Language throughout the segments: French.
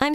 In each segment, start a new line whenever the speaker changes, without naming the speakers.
I'm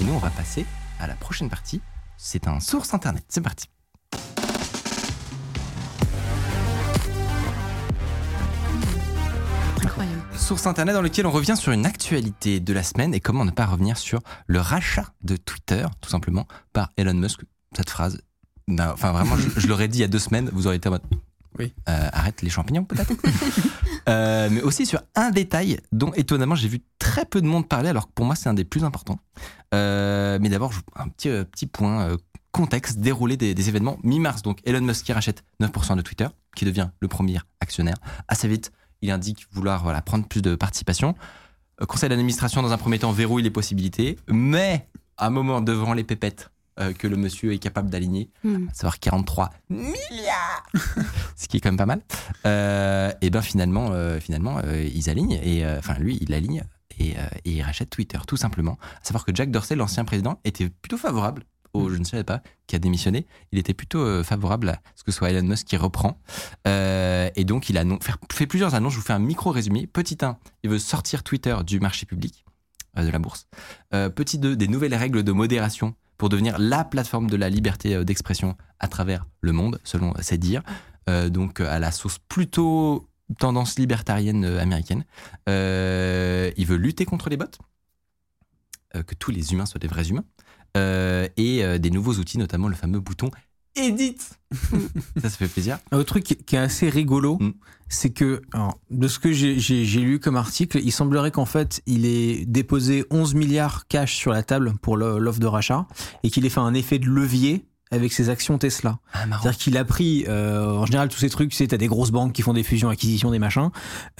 Et nous, on va passer à la prochaine partie. C'est un source internet. C'est parti.
Incroyable.
Source internet dans lequel on revient sur une actualité de la semaine et comment ne pas revenir sur le rachat de Twitter, tout simplement, par Elon Musk. Cette phrase, n'a- enfin vraiment, je, je l'aurais dit il y a deux semaines, vous auriez été en mode.
Oui.
euh, arrête les champignons peut-être. Euh, mais aussi sur un détail dont étonnamment j'ai vu très peu de monde parler, alors que pour moi c'est un des plus importants. Euh, mais d'abord, je- un petit, euh, petit point euh, contexte déroulé des, des événements. Mi-mars, donc Elon Musk qui rachète 9% de Twitter, qui devient le premier actionnaire. Assez vite, il indique vouloir voilà, prendre plus de participation. Euh, conseil d'administration, dans un premier temps, verrouille les possibilités, mais à un moment devant les pépettes euh, que le monsieur est capable d'aligner,
Hmm.
à savoir 43 milliards, ce qui est quand même pas mal, et bien finalement, euh, finalement euh, ils alignent, et euh, enfin lui, il aligne et, euh, et il rachète Twitter, tout simplement. À savoir que Jack Dorsey, l'ancien président, était plutôt favorable au je ne savais pas, qui a démissionné, il était plutôt euh, favorable à ce que ce soit Elon Musk qui reprend. Euh, et donc, il a annon- faire- fait plusieurs annonces. Je vous fais un micro résumé. Petit 1, il veut sortir Twitter du marché public, euh, de la bourse. Euh, petit 2, des nouvelles règles de modération pour devenir la plateforme de la liberté euh, d'expression à travers le monde, selon ses dires. Euh, donc, euh, à la source plutôt tendance libertarienne euh, américaine. Euh, il veut lutter contre les bots, euh, que tous les humains soient des vrais humains, Euh, et euh, des nouveaux outils, notamment le fameux bouton Edit. ça, ça fait plaisir.
Un truc qui- qui est assez rigolo,
Mm.
c'est que, alors, de ce que j'ai- j'ai j'ai lu comme article, il semblerait qu'en fait, il ait déposé 11 milliards cash sur la table pour le- l'offre de rachat et qu'il ait fait un effet de levier avec ses actions Tesla.
Ah, marrant.
C'est-à-dire qu'il a pris, euh, en général, tous ces trucs, c'est à des grosses banques qui font des fusions, acquisitions, des machins.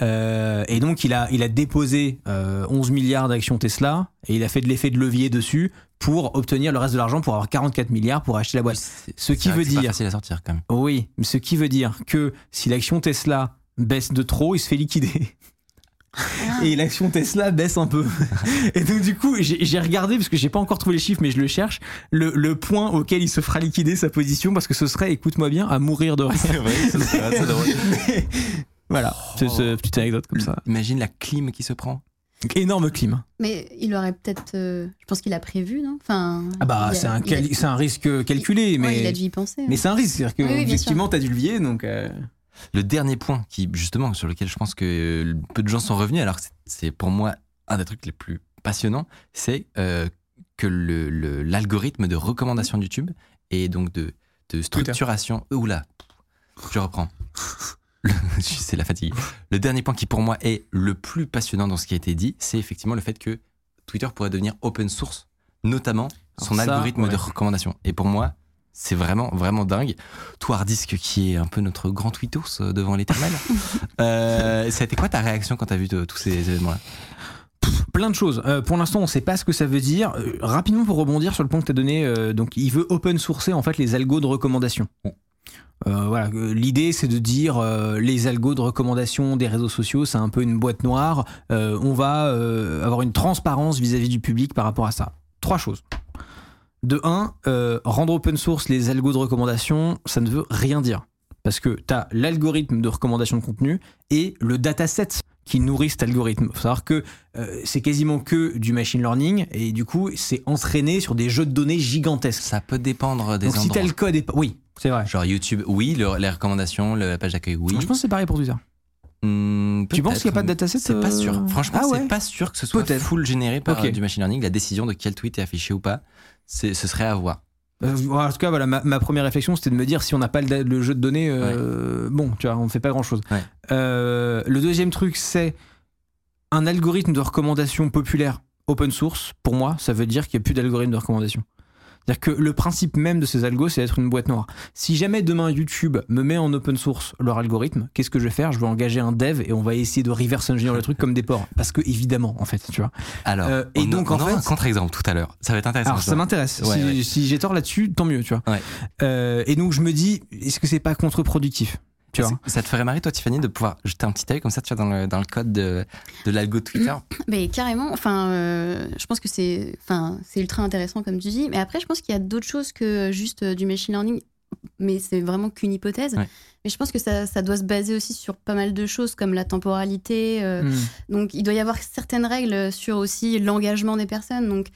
Euh, et donc, il a, il a déposé euh, 11 milliards d'actions Tesla et il a fait de l'effet de levier dessus pour obtenir le reste de l'argent pour avoir 44 milliards pour acheter la boîte. Ce qui
C'est vrai
veut
que c'est pas
dire
facile à sortir quand même.
oui, mais ce qui veut dire que si l'action Tesla baisse de trop, il se fait liquider.
Ah.
Et l'action Tesla baisse un peu. Et donc du coup, j'ai j'ai regardé parce que j'ai pas encore trouvé les chiffres, mais je le cherche. Le, le point auquel il se fera liquider sa position, parce que ce serait, écoute-moi bien, à mourir de rire. Mais- voilà, c'est
Oh.
c'est petite anecdote comme ça.
Imagine la clim qui se prend.
Énorme clim.
Mais il aurait peut-être. euh, je pense qu'il a prévu, non Enfin.
Ah bah,
il a-
c'est un,
il
cal-
a-
c'est un risque calculé,
Ouais, il
mais
a dû y penser. hein.
mais c'est un risque, c'est-à-dire que
Oui, oui, bien sûr.
effectivement, t'as du levier, donc. euh,
Le dernier point qui, justement, sur lequel je pense que euh, peu de gens sont revenus, alors que c'est- c'est pour moi un des trucs les plus passionnants, c'est euh, que le- le- l'algorithme de recommandation de YouTube et donc de, de structuration. euh, Oula, je reprends. Le- c'est la fatigue. Le dernier point qui pour moi est le plus passionnant dans ce qui a été dit, c'est effectivement le fait que Twitter pourrait devenir open source, notamment son
Alors ça,
algorithme de
ouais.
recommandation. Et pour moi, c'est vraiment, vraiment dingue. Toi, Hardisk, qui est un peu notre grand tweetos euh, devant l'éternel, euh, ça a été quoi ta réaction quand t'as vu euh, tous ces événements-là
plein de choses. Euh, pour l'instant, on ne sait pas ce que ça veut dire. Euh, rapidement, pour rebondir sur le point que tu as donné, euh, donc il veut open sourcer en fait les algos de recommandation. Euh, voilà, euh, l'idée c'est de dire euh, les algos de recommandation des réseaux sociaux, c'est un peu une boîte noire. Euh, on va euh, avoir une transparence vis-à-vis du public par rapport à ça. Trois choses. De un, euh, rendre open source les algos de recommandation, ça ne veut rien dire. Parce que tu as l'algorithme de recommandation de contenu et le dataset qui nourrit cet algorithme. Il faut savoir que euh, c'est quasiment que du machine learning et du coup, c'est entraîné sur des jeux de données gigantesques.
Ça peut dépendre des
Donc si
endroits.
t'as le code est pas- oui, c'est vrai.
Genre YouTube, oui, le- les recommandations, le- la page d'accueil, oui.
Je pense que c'est pareil pour Twitter.
Hmm,
Tu penses
peut-être,
qu'il y a pas de
mais
dataset,
C'est pas sûr.
euh,
Franchement,
ah
c'est
ouais
pas sûr que ce soit
Peut-être.
full généré par
Ok.
euh, du machine learning. La décision de quel tweet est affiché ou pas, c'est- ce serait à voir.
Euh, voilà, en tout cas, voilà, ma, ma première réflexion, c'était de me dire si on n'a pas le, da- le jeu de données, euh, bon, tu vois, on ne fait pas grand-chose.
Ouais.
Euh, le deuxième truc, c'est un algorithme de recommandation populaire open source. Pour moi, ça veut dire qu'il n'y a plus d'algorithme de recommandation. C'est-à-dire que le principe même de ces algos, c'est d'être une boîte noire. Si jamais demain YouTube me met en open source leur algorithme, qu'est-ce que je vais faire Je vais engager un dev et on va essayer de reverse engineer le truc comme des porcs. Parce que, évidemment, en fait, tu vois.
Alors,
Euh,
et
et
donc
donc,
on
en
aura
fait-
un contre-exemple tout à l'heure. Ça va être intéressant.
Alors,
je
ça
vois.
m'intéresse.
Ouais,
si
ouais.
si j'ai tort là-dessus, tant mieux, tu vois.
Ouais.
Euh, et donc, je me dis, est-ce que c'est pas contre-productif Tu vois
Ah, C'est- Ça te ferait marrer, toi, Tiffany, de pouvoir jeter un petit œil comme ça, tu vois, dans le, dans le code de, de l'algo Twitter.
Mais carrément, enfin, euh, je pense que c'est, enfin, c'est ultra intéressant comme tu dis. Mais après, je pense qu'il y a d'autres choses que juste euh, du machine learning. Mais c'est vraiment qu'une hypothèse.
Ouais.
Mais je pense que ça, ça doit se baser aussi sur pas mal de choses comme la temporalité. euh,
Hmm.
Donc, il doit y avoir certaines règles sur aussi l'engagement des personnes. Donc,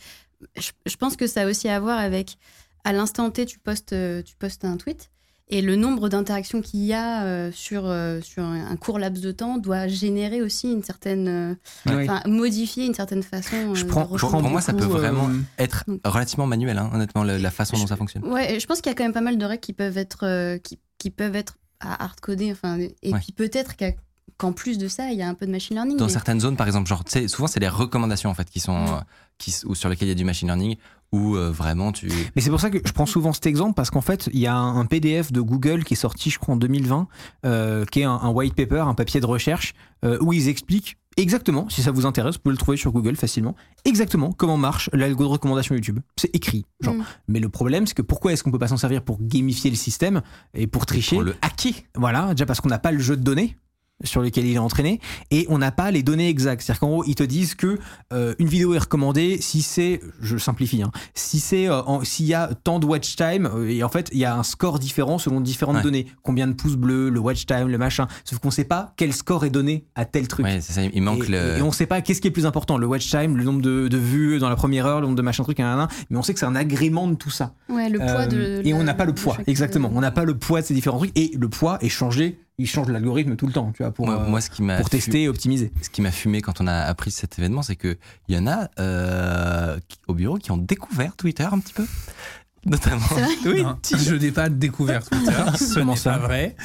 je, je pense que ça a aussi à voir avec à l'instant T, tu postes, euh, tu postes un tweet et le nombre d'interactions qu'il y a euh, sur, euh, sur un un court laps de temps doit générer aussi une certaine. euh,
Oui.
Enfin, modifier une certaine façon.
Je
euh,
prends-
de
je
Pour,
prends
recouper.
pour moi, ça peut
beaucoup, euh,
vraiment être
donc-
relativement manuel, hein, honnêtement, la, la façon dont ça fonctionne.
Ouais, et je pense qu'il y a quand même pas mal de règles qui peuvent être, euh, qui, qui peuvent être à hardcoder. Enfin, et
Ouais.
puis peut-être qu'à- qu'en plus de ça, il y a un peu de machine learning.
Dans
mais-
certaines zones, par exemple, genre, tu sais, souvent c'est les recommandations en fait qui sont, euh, qui, s- ou sur lesquelles il y a du machine learning, où euh, vraiment tu.
Mais c'est pour ça que je prends souvent cet exemple parce qu'en fait, il y a un, un PDF de Google qui est sorti, je crois, en 2020, euh, qui est un, un white paper, un papier de recherche, euh, où ils expliquent exactement, si ça vous intéresse, vous pouvez le trouver sur Google facilement, exactement comment marche l'algo de recommandation YouTube. C'est écrit. Genre.
Mm.
Mais le problème, c'est que pourquoi est-ce qu'on peut pas s'en servir pour gamifier le système et pour tricher
Pour le hacker.
Voilà, déjà parce qu'on n'a pas le jeu de données sur lequel il est entraîné et on n'a pas les données exactes. C'est-à-dire qu'en gros, ils te disent que euh, une vidéo est recommandée si c'est, je simplifie, hein, si c'est, euh, en- s'il y a tant de watch time euh, et en fait il y a un score différent selon différentes
Ouais.
données, combien de pouces bleus, le watch time, le machin. Sauf qu'on ne sait pas quel score est donné à tel truc.
Ouais, c'est ça, il
Et,
manque le.
et on ne sait pas qu'est-ce qui est plus important, le watch time, le nombre de, de vues dans la première heure, le nombre de machin truc, nan, nan, nan, mais on sait que c'est un agrément de tout ça.
Ouais, le poids
Euh,
de.
et on
la-
n'a pas le
de
poids,
chaque-
exactement. On n'a pas le poids de ces différents trucs. Et le poids est changé. Il change l'algorithme tout le temps, tu vois, pour,
Moi,
euh,
moi, ce qui m'a
pour
fu-
tester et optimiser.
ce qui m'a fumé quand on a appris cet événement, c'est que il y en a euh, qui- au bureau qui ont découvert Twitter un petit peu, notamment.
Oui,
Hein
Non, je n'ai pas découvert Twitter, ce
Comment
n'est
ça
pas vrai.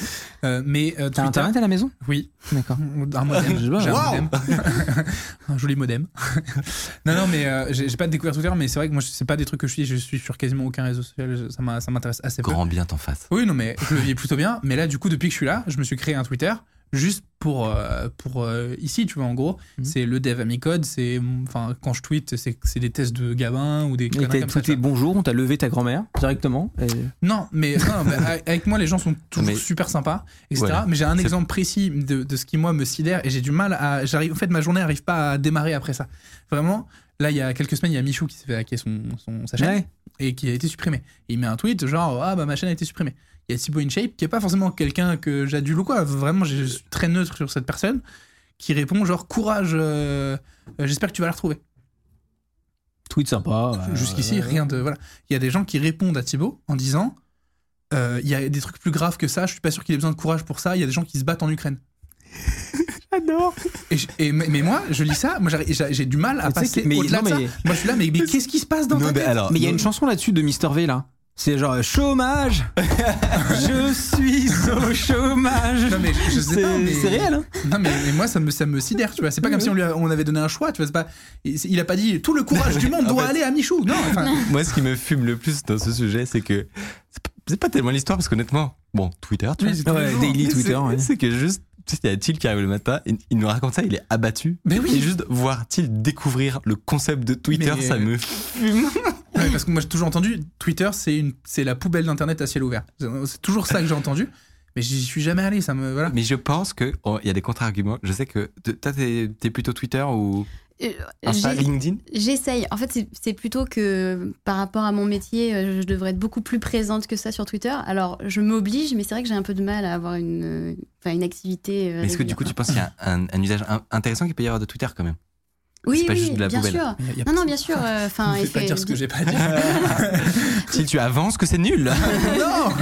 Euh, mais euh,
T'as
Twitter,
internet à la maison
oui,
D'accord.
un modem.
Je vois.
J'ai un
Wow.
modem. un joli modem. non, non, mais euh, j'ai j'ai pas découvert Twitter, mais c'est vrai que moi, je- c'est pas des trucs que je suis. Je suis sur quasiment aucun réseau social. je- Ça m'a- ça m'intéresse assez peu.
Grand bien t'en face.
Oui, non, mais je le vis plutôt bien. Mais là, du coup, depuis que je suis là, je me suis créé un Twitter juste pour, euh, pour euh, ici, tu vois, en gros.
Mhm.
C'est le dev amicode. C'est, enfin, quand je tweete, c'est c'est des tests de gabins ou des
Et
conneries
t'as
comme ça. tu
tweeté
vois.
bonjour, on t'a levé ta grand-mère directement. et-
Non, mais, non, mais a- avec moi, les gens sont toujours
Mais-
super sympas, etc.
Voilà.
Mais j'ai un
C'est-
exemple précis de, de ce qui, moi, me sidère et j'ai du mal à. J'arrive, en fait, ma journée n'arrive pas à démarrer après ça. Vraiment, là, il y a quelques semaines, il y a Michou qui s'est fait hacker son, son, sa chaîne
Ouais.
et qui a été supprimé. Et il met un tweet genre Ah bah ma chaîne a été supprimée. Il y a Thibaut InShape qui est pas forcément quelqu'un que j'adule ou quoi. Vraiment, je suis très neutre sur cette personne qui répond genre Courage, euh, euh, j'espère que tu vas la retrouver.
Tweet sympa. euh,
Jusqu'ici, rien de. Voilà. Il y a des gens qui répondent à Thibaut en disant Euh, Il y a des trucs plus graves que ça, je suis pas sûr qu'il ait besoin de courage pour ça. Il y a des gens qui se battent en Ukraine. J'adore. Et je- et, mais, mais moi, je lis ça, moi j'arrive- j'ai j'ai du mal à
Mais tu sais
passer
que- mais-
au-delà
non,
de ça.
mais-
Moi je suis là, mais, mais qu'est-ce qui se passe dans ta tête
Mais il y a une chanson là-dessus de Mister V là. C'est genre euh, chômage. je suis au chômage.
Non, mais je- je sais
C'est-
pas, mais-
C'est réel. hein.
Non mais, mais moi ça me ça me sidère tu vois c'est pas comme si on lui a- on avait donné un choix tu vois c'est pas il il a pas dit tout le courage du monde doit aller à Michou non enfin,
Moi, ce qui me fume le plus dans ce sujet, c'est que c'est p- c'est pas tellement l'histoire, parce qu'honnêtement, bon, Twitter, tu vois,
Oui,
c'est
tous
ouais,
les jours.
daily.
Mais
Twitter,
c'est-
ouais.
C'est que juste, tu sais, il y a Thiel qui arrive le matin, il, il nous raconte ça, il est abattu.
Mais oui.
Et juste voir Thiel découvrir le concept de Twitter,
Mais-
ça me.
Ouais, parce que moi j'ai toujours entendu Twitter c'est une c'est la poubelle d'internet à ciel ouvert c'est c'est toujours ça que j'ai entendu mais j'y suis jamais allé ça me voilà
Mais je pense que oh, il y a des contre-arguments. Je sais que t- toi, t'es t'es plutôt Twitter ou
Euh,
Insta,
j'ai-
LinkedIn.
J'essaye. En fait, c'est- c'est plutôt que par rapport à mon métier, euh, je devrais être beaucoup plus présente que ça sur Twitter. Alors, je m'oblige, mais c'est vrai que j'ai un peu de mal à avoir une, euh, enfin, une activité. euh,
Mais est-ce que du coup, tu penses qu'il y a un, un usage in- intéressant qu'il peut y avoir de Twitter quand même
Oui,
c'est pas
oui,
juste de la
bien
poubelle.
sûr.
Il y a- il y a-
Non, non, bien sûr. euh, Enfin,
je vais pas
effet-
dire ce que j'ai pas dit
Thiel, tu avances que c'est nul.
non non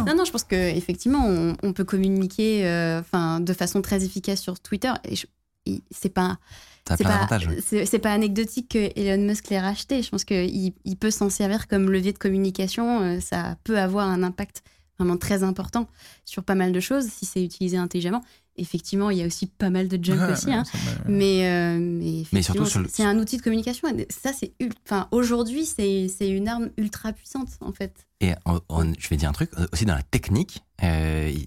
non
Non, non, je pense que effectivement, on, on peut communiquer, euh, enfin, de façon très efficace sur Twitter. Et je- et c'est pas,
T'as
c'est
plein
pas,
d'avantages.
c'est- c'est pas anecdotique que Elon Musk l'ait racheté. Je pense qu'il il peut s'en servir comme levier de communication. euh, Ça peut avoir un impact. Enfin, vraiment très important sur pas mal de choses, si c'est utilisé intelligemment. Effectivement, il y a aussi pas mal de junk
Ouais,
aussi.
ouais,
hein.
ça me-
Mais, euh, mais effectivement,
surtout sur le-
c'est un outil de communication. Et Ça, c'est ul- enfin aujourd'hui, c'est c'est une arme ultra puissante en fait.
Et on- on- je vais dire un truc, euh, aussi dans la technique, euh, il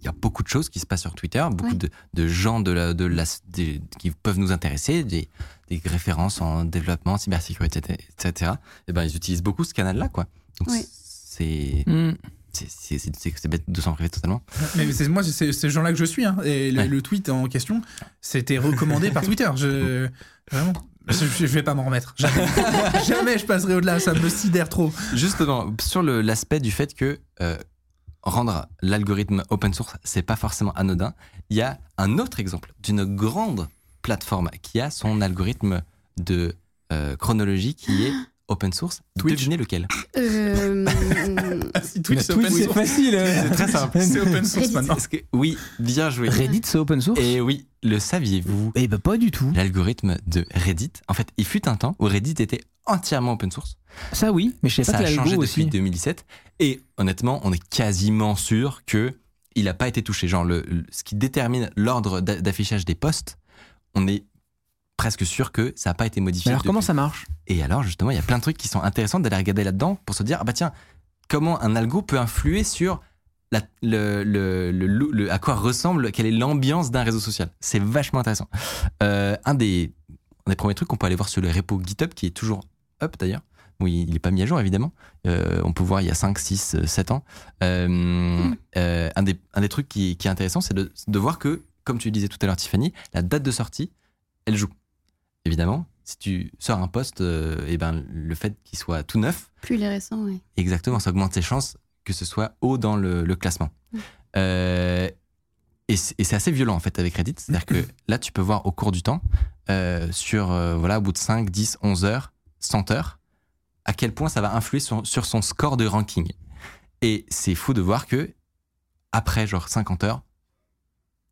il y a beaucoup de choses qui se passent sur Twitter, beaucoup
Ouais.
de, de gens de la, de la, des- qui peuvent nous intéresser, des, des références en développement, cybersécurité, etc. Et ben, ils utilisent beaucoup ce canal-là, quoi. Donc,
Ouais.
c'est
Mm.
c'est- c'est- c'est- c'est- c'est bête de s'en priver totalement.
Mais c'est moi, c'est ces gens-là que je suis. hein. Et le,
Ouais.
le tweet en question, c'était recommandé par Twitter. Je vraiment, je, je vais pas m'en remettre. Jamais. Jamais je passerai au-delà. Ça me sidère trop.
Justement, sur le- l'aspect du fait que euh, rendre l'algorithme open source, c'est pas forcément anodin, il y a un autre exemple d'une grande plateforme qui a son algorithme de euh, chronologie qui est open source.
Twitch.
Devinez lequel
Euh,
Ah, Si
Mais
Twitch, c'est
Twitch,
open
c'est
source.
facile. euh.
C'est très simple. C'est open source
Reddit.
maintenant.
Parce que- Oui, bien joué.
Reddit, c'est open source
Et oui, le saviez-vous
Eh ben pas du tout.
L'algorithme de Reddit, en fait, il fut un temps où Reddit était entièrement open source.
Ça oui, mais je sais
ça
pas
a
que l'algo
changé
aussi.
depuis 2017. Et honnêtement, on est quasiment sûr que il n'a pas été touché. Genre, le, le- ce qui détermine l'ordre d'a- d'affichage des postes, on est presque sûr que ça n'a pas été modifié.
Mais alors comment
depuis.
ça marche
Et alors, justement, il y a plein de trucs qui sont intéressants d'aller regarder là-dedans pour se dire, ah bah tiens, comment un algo peut influer sur la- le, le- le- le- le- à quoi ressemble, quelle est l'ambiance d'un réseau social. C'est vachement intéressant. Euh, un des, un des premiers trucs qu'on peut aller voir sur le repo GitHub, qui est toujours up d'ailleurs, oui, il n'est pas mis à jour évidemment, Euh, on peut voir il y a 5, 6, 7 ans. Euh, euh, un, des, un des trucs qui, qui est intéressant, c'est de, de voir que, comme tu le disais tout à l'heure Tiffany, la date de sortie, elle joue. Évidemment, si tu sors un poste, et ben, le fait qu'il soit tout neuf,
plus les récents, ouais.
Exactement, ça augmente ses chances que ce soit haut dans le, le classement.
Mm.
Euh, et c'est et c'est assez violent en fait avec Reddit. C'est-à-dire que là, tu peux voir au cours du temps, euh, sur, euh, voilà, au bout de 5, 10, 11 heures, 100 heures, à quel point ça va influer sur, sur son score de ranking. Et c'est fou de voir que, après genre 50 heures,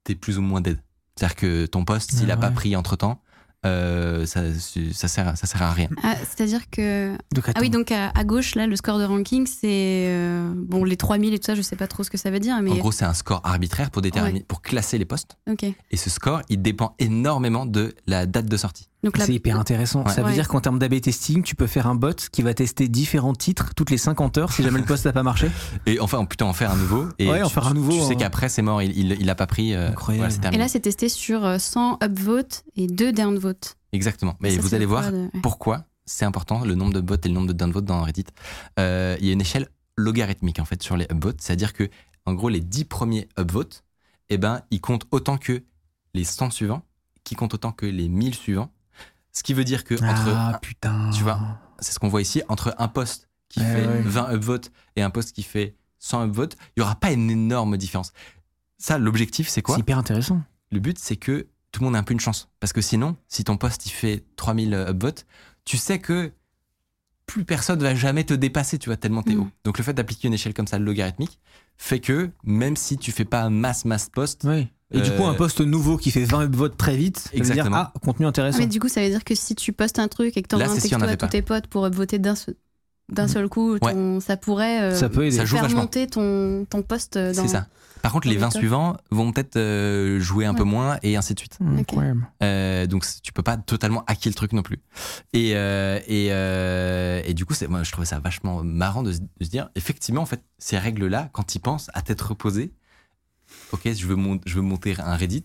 t'es plus ou moins dead. C'est-à-dire que ton poste, s'il
Ah
n'a pas
ouais.
pris entre temps, ça, ça, sert, à- ça sert à rien.
Ah, C'est-à-dire que
Donc,
ah oui donc à, à gauche là le score de ranking c'est euh, bon les 3000 et tout ça je sais pas trop ce que ça veut dire mais
En gros, c'est un score arbitraire pour, déterminer, pour classer les postes.
ok
Et ce score, il dépend énormément de la date de sortie.
donc la-
C'est hyper intéressant.
Ouais.
Ça veut
Ouais.
dire qu'en termes d'AB testing, tu peux faire un bot qui va tester différents titres toutes les 50 heures si jamais le poste n'a pas marché.
Et enfin, plutôt en faire un nouveau. Et
Ouais, en
tu-
faire un
tu-
nouveau,
Tu sais
hein.
qu'après, c'est mort. Il, il, il a pas pris. euh,
Incroyable.
voilà, c'est
et
terminé.
là c'est testé sur euh, 100 upvotes et 2 downvotes
Exactement. Mais
Ça,
vous
c'est
allez
le
voir
code, ouais.
pourquoi c'est important le nombre de bots et le nombre de downvotes dans Reddit. Euh, il y a une échelle logarithmique en fait sur les upvotes, c'est-à-dire que en gros les 10 premiers upvotes, eh ben ils comptent autant que les 100 suivants, qui comptent autant que les 1000 suivants. Ce qui veut dire que entre
ah putain.
tu vois, c'est ce qu'on voit ici, entre un poste qui
Ouais,
fait
ouais.
20 upvotes et un poste qui fait 100 upvotes, il n'y aura pas une énorme différence. Ça, l'objectif, c'est quoi
C'est hyper intéressant.
Le but, c'est que tout le monde a un peu une chance. Parce que sinon, si ton poste, il fait 3000 upvotes, tu sais que plus personne va jamais te dépasser, tu vois, tellement t'es
Mm.
haut. Donc le fait d'appliquer une échelle comme ça logarithmique fait que même si tu fais pas masse, masse poste,
Oui. Et du
Euh,
coup, un poste nouveau qui fait 20 votes très vite, ça veut dire,
Exactement.
ah, contenu
Ah,
intéressant.
mais du coup ça veut dire que si tu postes un truc et que
Là,
t'envoies un
c'est si on
texto
avait
à tous
pas. Mm.
tes potes pour upvoter d'un seul- d'un seul coup ton- ça pourrait euh,
ça peut aider.
ça joue
faire
vachement.
monter ton, ton poste euh, dans
c'est ça. Par contre,
dans
les
les
20
tops.
suivants vont peut-être euh, jouer un peu
Ouais.
moins et ainsi de suite.
Hmm,
Ok.
incroyable.
Euh, donc c- tu peux pas totalement hacker le truc non plus. Et, euh, et, euh, et du coup, c'est- moi, je trouvais ça vachement marrant de, se- de se dire, effectivement, en fait, ces règles-là, quand ils pensent à tête reposée, ok, je veux, mon- je veux monter un Reddit,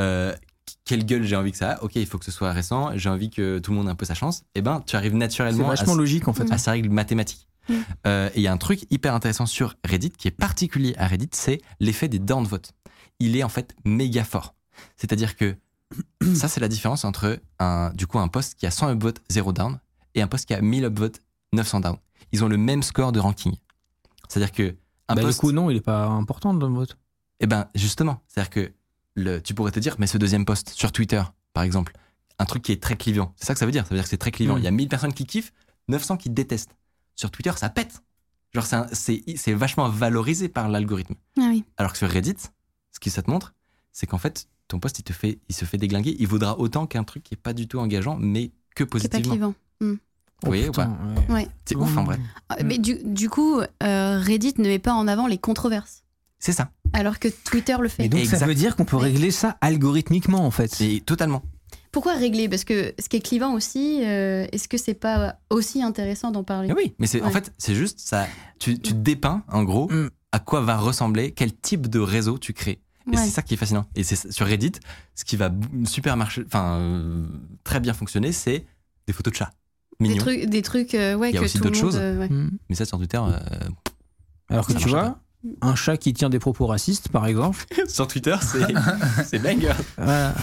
euh, qu- quelle gueule j'ai envie que ça a, ok, il faut que ce soit récent, j'ai envie que tout le monde ait un peu sa chance, et ben tu arrives
C'est
naturellement à,
vachement
ce-
logique en fait.
à ces règles mathématiques.
Mm.
Euh, et il y a un truc hyper intéressant sur Reddit qui est particulier à Reddit, c'est l'effet des downvotes. Il est en fait méga fort. C'est-à-dire que ça, c'est la différence entre un, du coup, un poste qui a 100 upvotes, 0 down, et un poste qui a 1000 upvotes, 900 down. Ils ont le même score de ranking. C'est-à-dire que un
Bah,
poste,
du coup, non, il est pas important le vote.
eh ben, justement, c'est-à-dire que le, tu pourrais te dire, mais ce deuxième poste sur Twitter, par exemple, un truc qui est très clivant, c'est ça que ça veut dire, ça veut dire que c'est très clivant.
Mm.
Il y a 1000 personnes qui kiffent, 900 qui détestent. Sur Twitter, ça pète. Genre, c'est un- c'est c'est vachement valorisé par l'algorithme.
Ah oui.
Alors que sur Reddit, ce qui ça te montre, c'est qu'en fait, ton poste, il, te fait, il se fait déglinguer, il vaudra autant qu'un truc qui est pas du tout engageant, mais que
qui est pas
positivement.
clivant
Vous
Oh,
voyez ou pas
Ouais.
C'est ouf en
Mm.
vrai.
Ah,
Mm.
Mais du, du coup, euh, Reddit ne met pas en avant les controverses,
C'est ça.
alors que Twitter le
Et
fait.
donc ça
Exact.
veut dire qu'on peut régler ça algorithmiquement en fait.
Et totalement.
Pourquoi régler Parce que ce qui est clivant aussi, euh, est-ce que c'est pas aussi intéressant d'en parler
Mais Eh oui, mais c'est en
Ouais.
fait, c'est juste ça. Tu, tu dépeins, en gros,
Mm.
à quoi va ressembler, quel type de réseau tu crées. Et
Ouais.
c'est ça qui est fascinant. Et c'est sur Reddit, ce qui va b- super marcher, enfin, euh, très bien fonctionner, c'est des photos de chats.
Des
Mignons.
trucs, des trucs euh, ouais,
Il y a
que
aussi
tout le
d'autres
monde.
choses.
euh, ouais.
Hmm.
Mais ça, sur Twitter, euh,
Alors que
Ça
tu
marche
vois, un chat qui tient des propos racistes par exemple.
sur Twitter, c'est c'est banger.
voilà.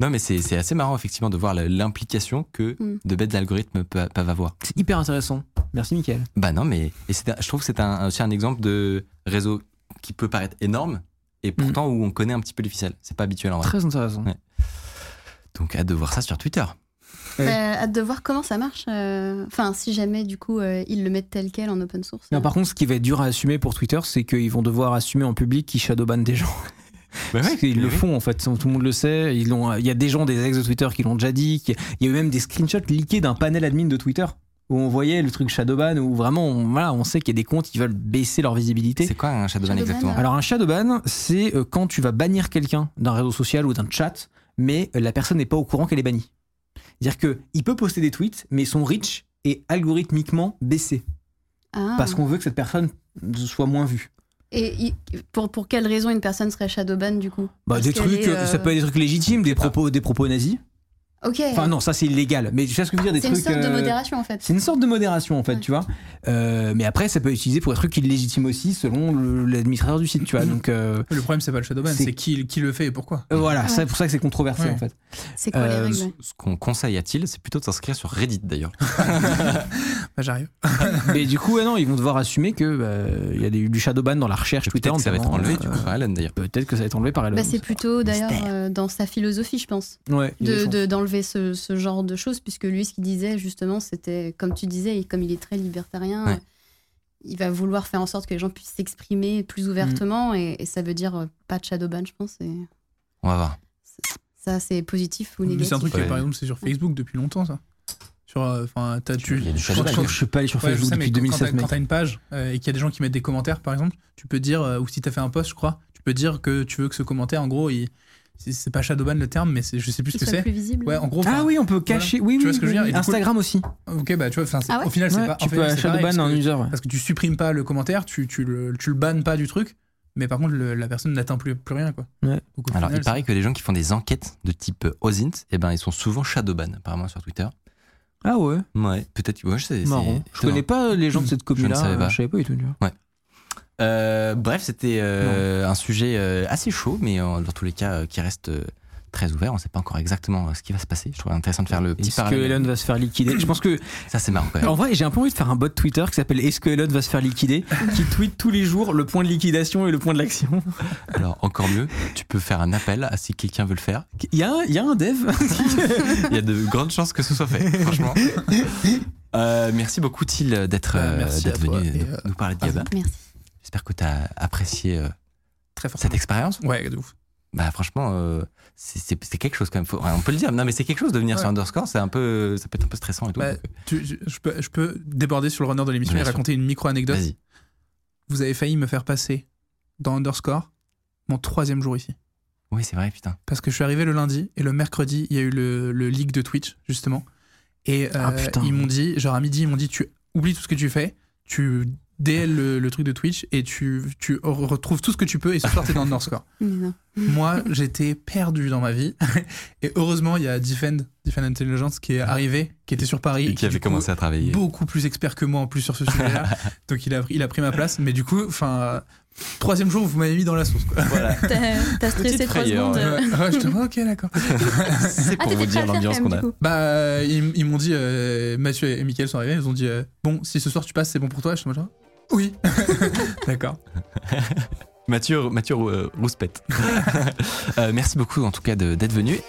Non, mais c'est c'est assez marrant, effectivement, de voir la- l'implication que
Mm.
de bêtes d'algorithmes pe- peuvent avoir.
C'est hyper intéressant. Merci Mickaël.
Bah non, mais et c'est un- je trouve que c'est un, aussi un exemple de réseau qui peut paraître énorme
Mm.
et pourtant où on connaît un petit peu les ficelles. C'est pas habituel en vrai.
Très intéressant.
Ouais. Donc, hâte de voir ça sur Twitter.
Ouais.
Euh, hâte de voir comment ça marche. euh, Enfin, si jamais, du coup, euh, ils le mettent tel quel en open source.
Non, par contre, ce qui va être dur à assumer pour Twitter, c'est qu'ils vont devoir assumer en public qu'ils shadowbannent des gens. Parce qu'ils le font en fait, tout le monde le sait. Ils l'ont- il y a des gens des ex de Twitter qui l'ont déjà dit. qui- Il y a eu même des screenshots leakés d'un panel admin de Twitter où on voyait le truc Shadowban, où vraiment on, voilà, on sait qu'il y a des comptes qui veulent baisser leur visibilité.
C'est quoi un Shadowban
Shadowban,
exactement
Alors un Shadowban, c'est euh, quand tu vas bannir quelqu'un d'un réseau social ou d'un chat, mais euh, la personne n'est pas au courant qu'elle est bannie. C'est-à-dire qu'il peut poster des tweets, mais son reach est algorithmiquement baissé
Ah.
parce qu'on veut que cette personne soit moins vue.
Et il- pour, pour quelle raison une personne serait shadowban, du coup
Bah,
Parce
des
qu'elle
trucs,
est, euh,
euh, ça peut être des trucs légitimes, des propos, des propos nazis.
Ok.
Enfin non, ça c'est illégal. Mais tu sais ce que je veux dire des
c'est une
trucs.
sorte de
euh,
modération, en fait.
C'est une sorte de modération en fait,
Ouais.
tu vois. Euh, mais après, ça peut être utilisé pour des trucs illégitimes aussi, selon le- l'administrateur du site, tu
Mhm.
vois. Donc euh,
Le problème, c'est pas le Shadowban,
C'est-
c'est qui, qui le fait et pourquoi.
euh, voilà,
Ouais.
c'est pour ça que c'est controversé
Ouais.
en fait.
C'est quoi
euh,
les règles
Ce qu'on conseille à Thiel, c'est plutôt de s'inscrire sur Reddit d'ailleurs.
Bah, j'arrive.
Mais du coup, ouais, non, ils vont devoir assumer que bah, il y a des- du shadowban dans la recherche Twitter.
Peut-être que ça va être
notamment,
enlevé
euh,
du coup par Alan d'ailleurs.
Peut-être que ça va être enlevé par Elon.
Bah, C'est plutôt, d'ailleurs, euh, dans sa philosophie, je pense.
Ouais, il y a des
de-
chances.
de- d'enlever ce, ce genre de choses, puisque lui, ce qu'il disait, justement, c'était, comme tu disais, et comme il est très libertarien,
Ouais.
euh, il va vouloir faire en sorte que les gens puissent s'exprimer plus ouvertement, et, et ça veut dire euh, pas de shadowban, je pense. Et
On va voir.
ça, c'est positif ou
Mais
négatif.
c'est un truc,
Ouais.
par exemple, c'est sur Facebook depuis longtemps, ça. Sur, euh, enfin, t'as tu.
Il y a du
Je crois
Shadowban.
que je suis pas allé sur
Ouais, je
Facebook
sais, mais
depuis
quand- quand
2007,
t'as-
mec.
quand t'as une page euh, et qu'il y a des gens qui mettent des commentaires, par exemple, tu peux dire, euh, ou si t'as fait un post, je crois, tu peux dire que tu veux que ce commentaire, en gros, il... c'est- c'est pas Shadowban le terme, mais c'est- je sais plus ce
Qu'il
que
soit
c'est.
plus visible.
Ouais, en gros,
Ah
enfin,
oui, on peut cacher. Oui,
hein. Tu vois
oui,
ce que je veux dire Et du coup,
Instagram aussi.
Ok, bah tu vois, enfin, c'est-
Ah ouais
au final, c'est
Ouais,
pas. en
tu
fait,
peux
c'est pareil,
shadowban
parce
un
que-
user. ouais.
Parce que tu supprimes pas le commentaire, tu, tu, le, tu le bannes pas du truc, mais par contre, le- la personne n'atteint plus, plus rien, quoi.
Ouais.
Donc, au
Alors,
final,
il paraît que les gens qui font des enquêtes de type euh, OSINT, eh ben, ils sont souvent Shadowban apparemment sur Twitter.
Ah ouais.
Ouais, peut-être. Ouais, je sais. c'est
Marrant. Je
étonnant.
connais pas les gens de cette commune-là.
savais pas.
euh, Je savais pas du tout. tu vois.
Euh, bref, c'était euh, un sujet euh, assez chaud, mais euh, dans tous les cas, euh, qui reste euh, très ouvert. On sait pas encore exactement euh, ce qui va se passer. Je trouvais intéressant de faire le petit
Est-ce que
parallèle.
Elon va se faire liquider Je pense que
Ça, c'est marrant quand même.
en vrai, j'ai un peu envie de faire un bot Twitter qui s'appelle Est-ce que Elon va se faire liquider qui tweet tous les jours le point de liquidation et le point de l'action.
Alors, encore mieux, tu peux faire un appel à si quelqu'un veut le faire.
Il y a un, il y a un dev.
Il y a de grandes chances que ce soit fait, franchement. Euh, merci beaucoup, Thiel, d'être
Bah,
euh,
merci
d'être
à toi
venu
et,
nous,
euh,
nous parler de Gaba.
Merci.
J'espère que tu as apprécié euh,
très fort.
cette expérience.
Ouais, de ouf.
Bah, franchement, euh, c'est- c'est c'est quelque chose quand même. Faut- on peut le dire. Non, mais c'est quelque chose de venir
Ouais.
sur Underscore. C'est un peu, ça peut être un peu stressant et tout.
Bah,
Donc, euh,
Tu- je, je peux, je peux déborder sur le runner de l'émission
Bien
et
sûr.
raconter une micro-anecdote.
Vas-y.
Vous avez failli me faire passer dans Underscore mon troisième jour ici.
Oui, c'est vrai, putain.
Parce que je suis arrivé le lundi et le mercredi, il y a eu le, le leak de Twitch, justement. Et
Ah,
euh,
putain.
ils m'ont dit, genre à midi, ils m'ont dit tu oublies tout ce que tu fais, tu DL le, le truc de Twitch et tu, tu re- retrouves tout ce que tu peux et ce soir t'es dans Underscore.
Mais non.
Moi, j'étais perdu dans ma vie. Et heureusement, il y a Defend, Defend Intelligence qui est arrivé, qui était sur Paris.
Et qui avait
du coup,
commencé à travailler.
beaucoup plus expert que moi en plus sur ce sujet-là. Donc il a, il a pris ma place. Mais du coup, enfin, euh, troisième jour, vous m'avez mis dans la sauce. Quoi.
Voilà.
T'as t'as stressé
Petite
trois
frayeur,
secondes.
Ouais, ouais, je te vois, ok, d'accord.
c'est
Ah,
pour vous
t'étais prêt à
dire
le faire
l'ambiance
quand
qu'on
même,
a.
du coup.
Bah, euh, ils, ils m'ont dit, euh, Mathieu et Mickaël sont arrivés, ils ont dit, euh, bon, si ce soir tu passes, c'est bon pour toi. Je suis en mode, genre, oui. d'accord.
Mathieu, Mathieu euh, Rouspette. Euh, merci beaucoup en tout cas de- d'être venu.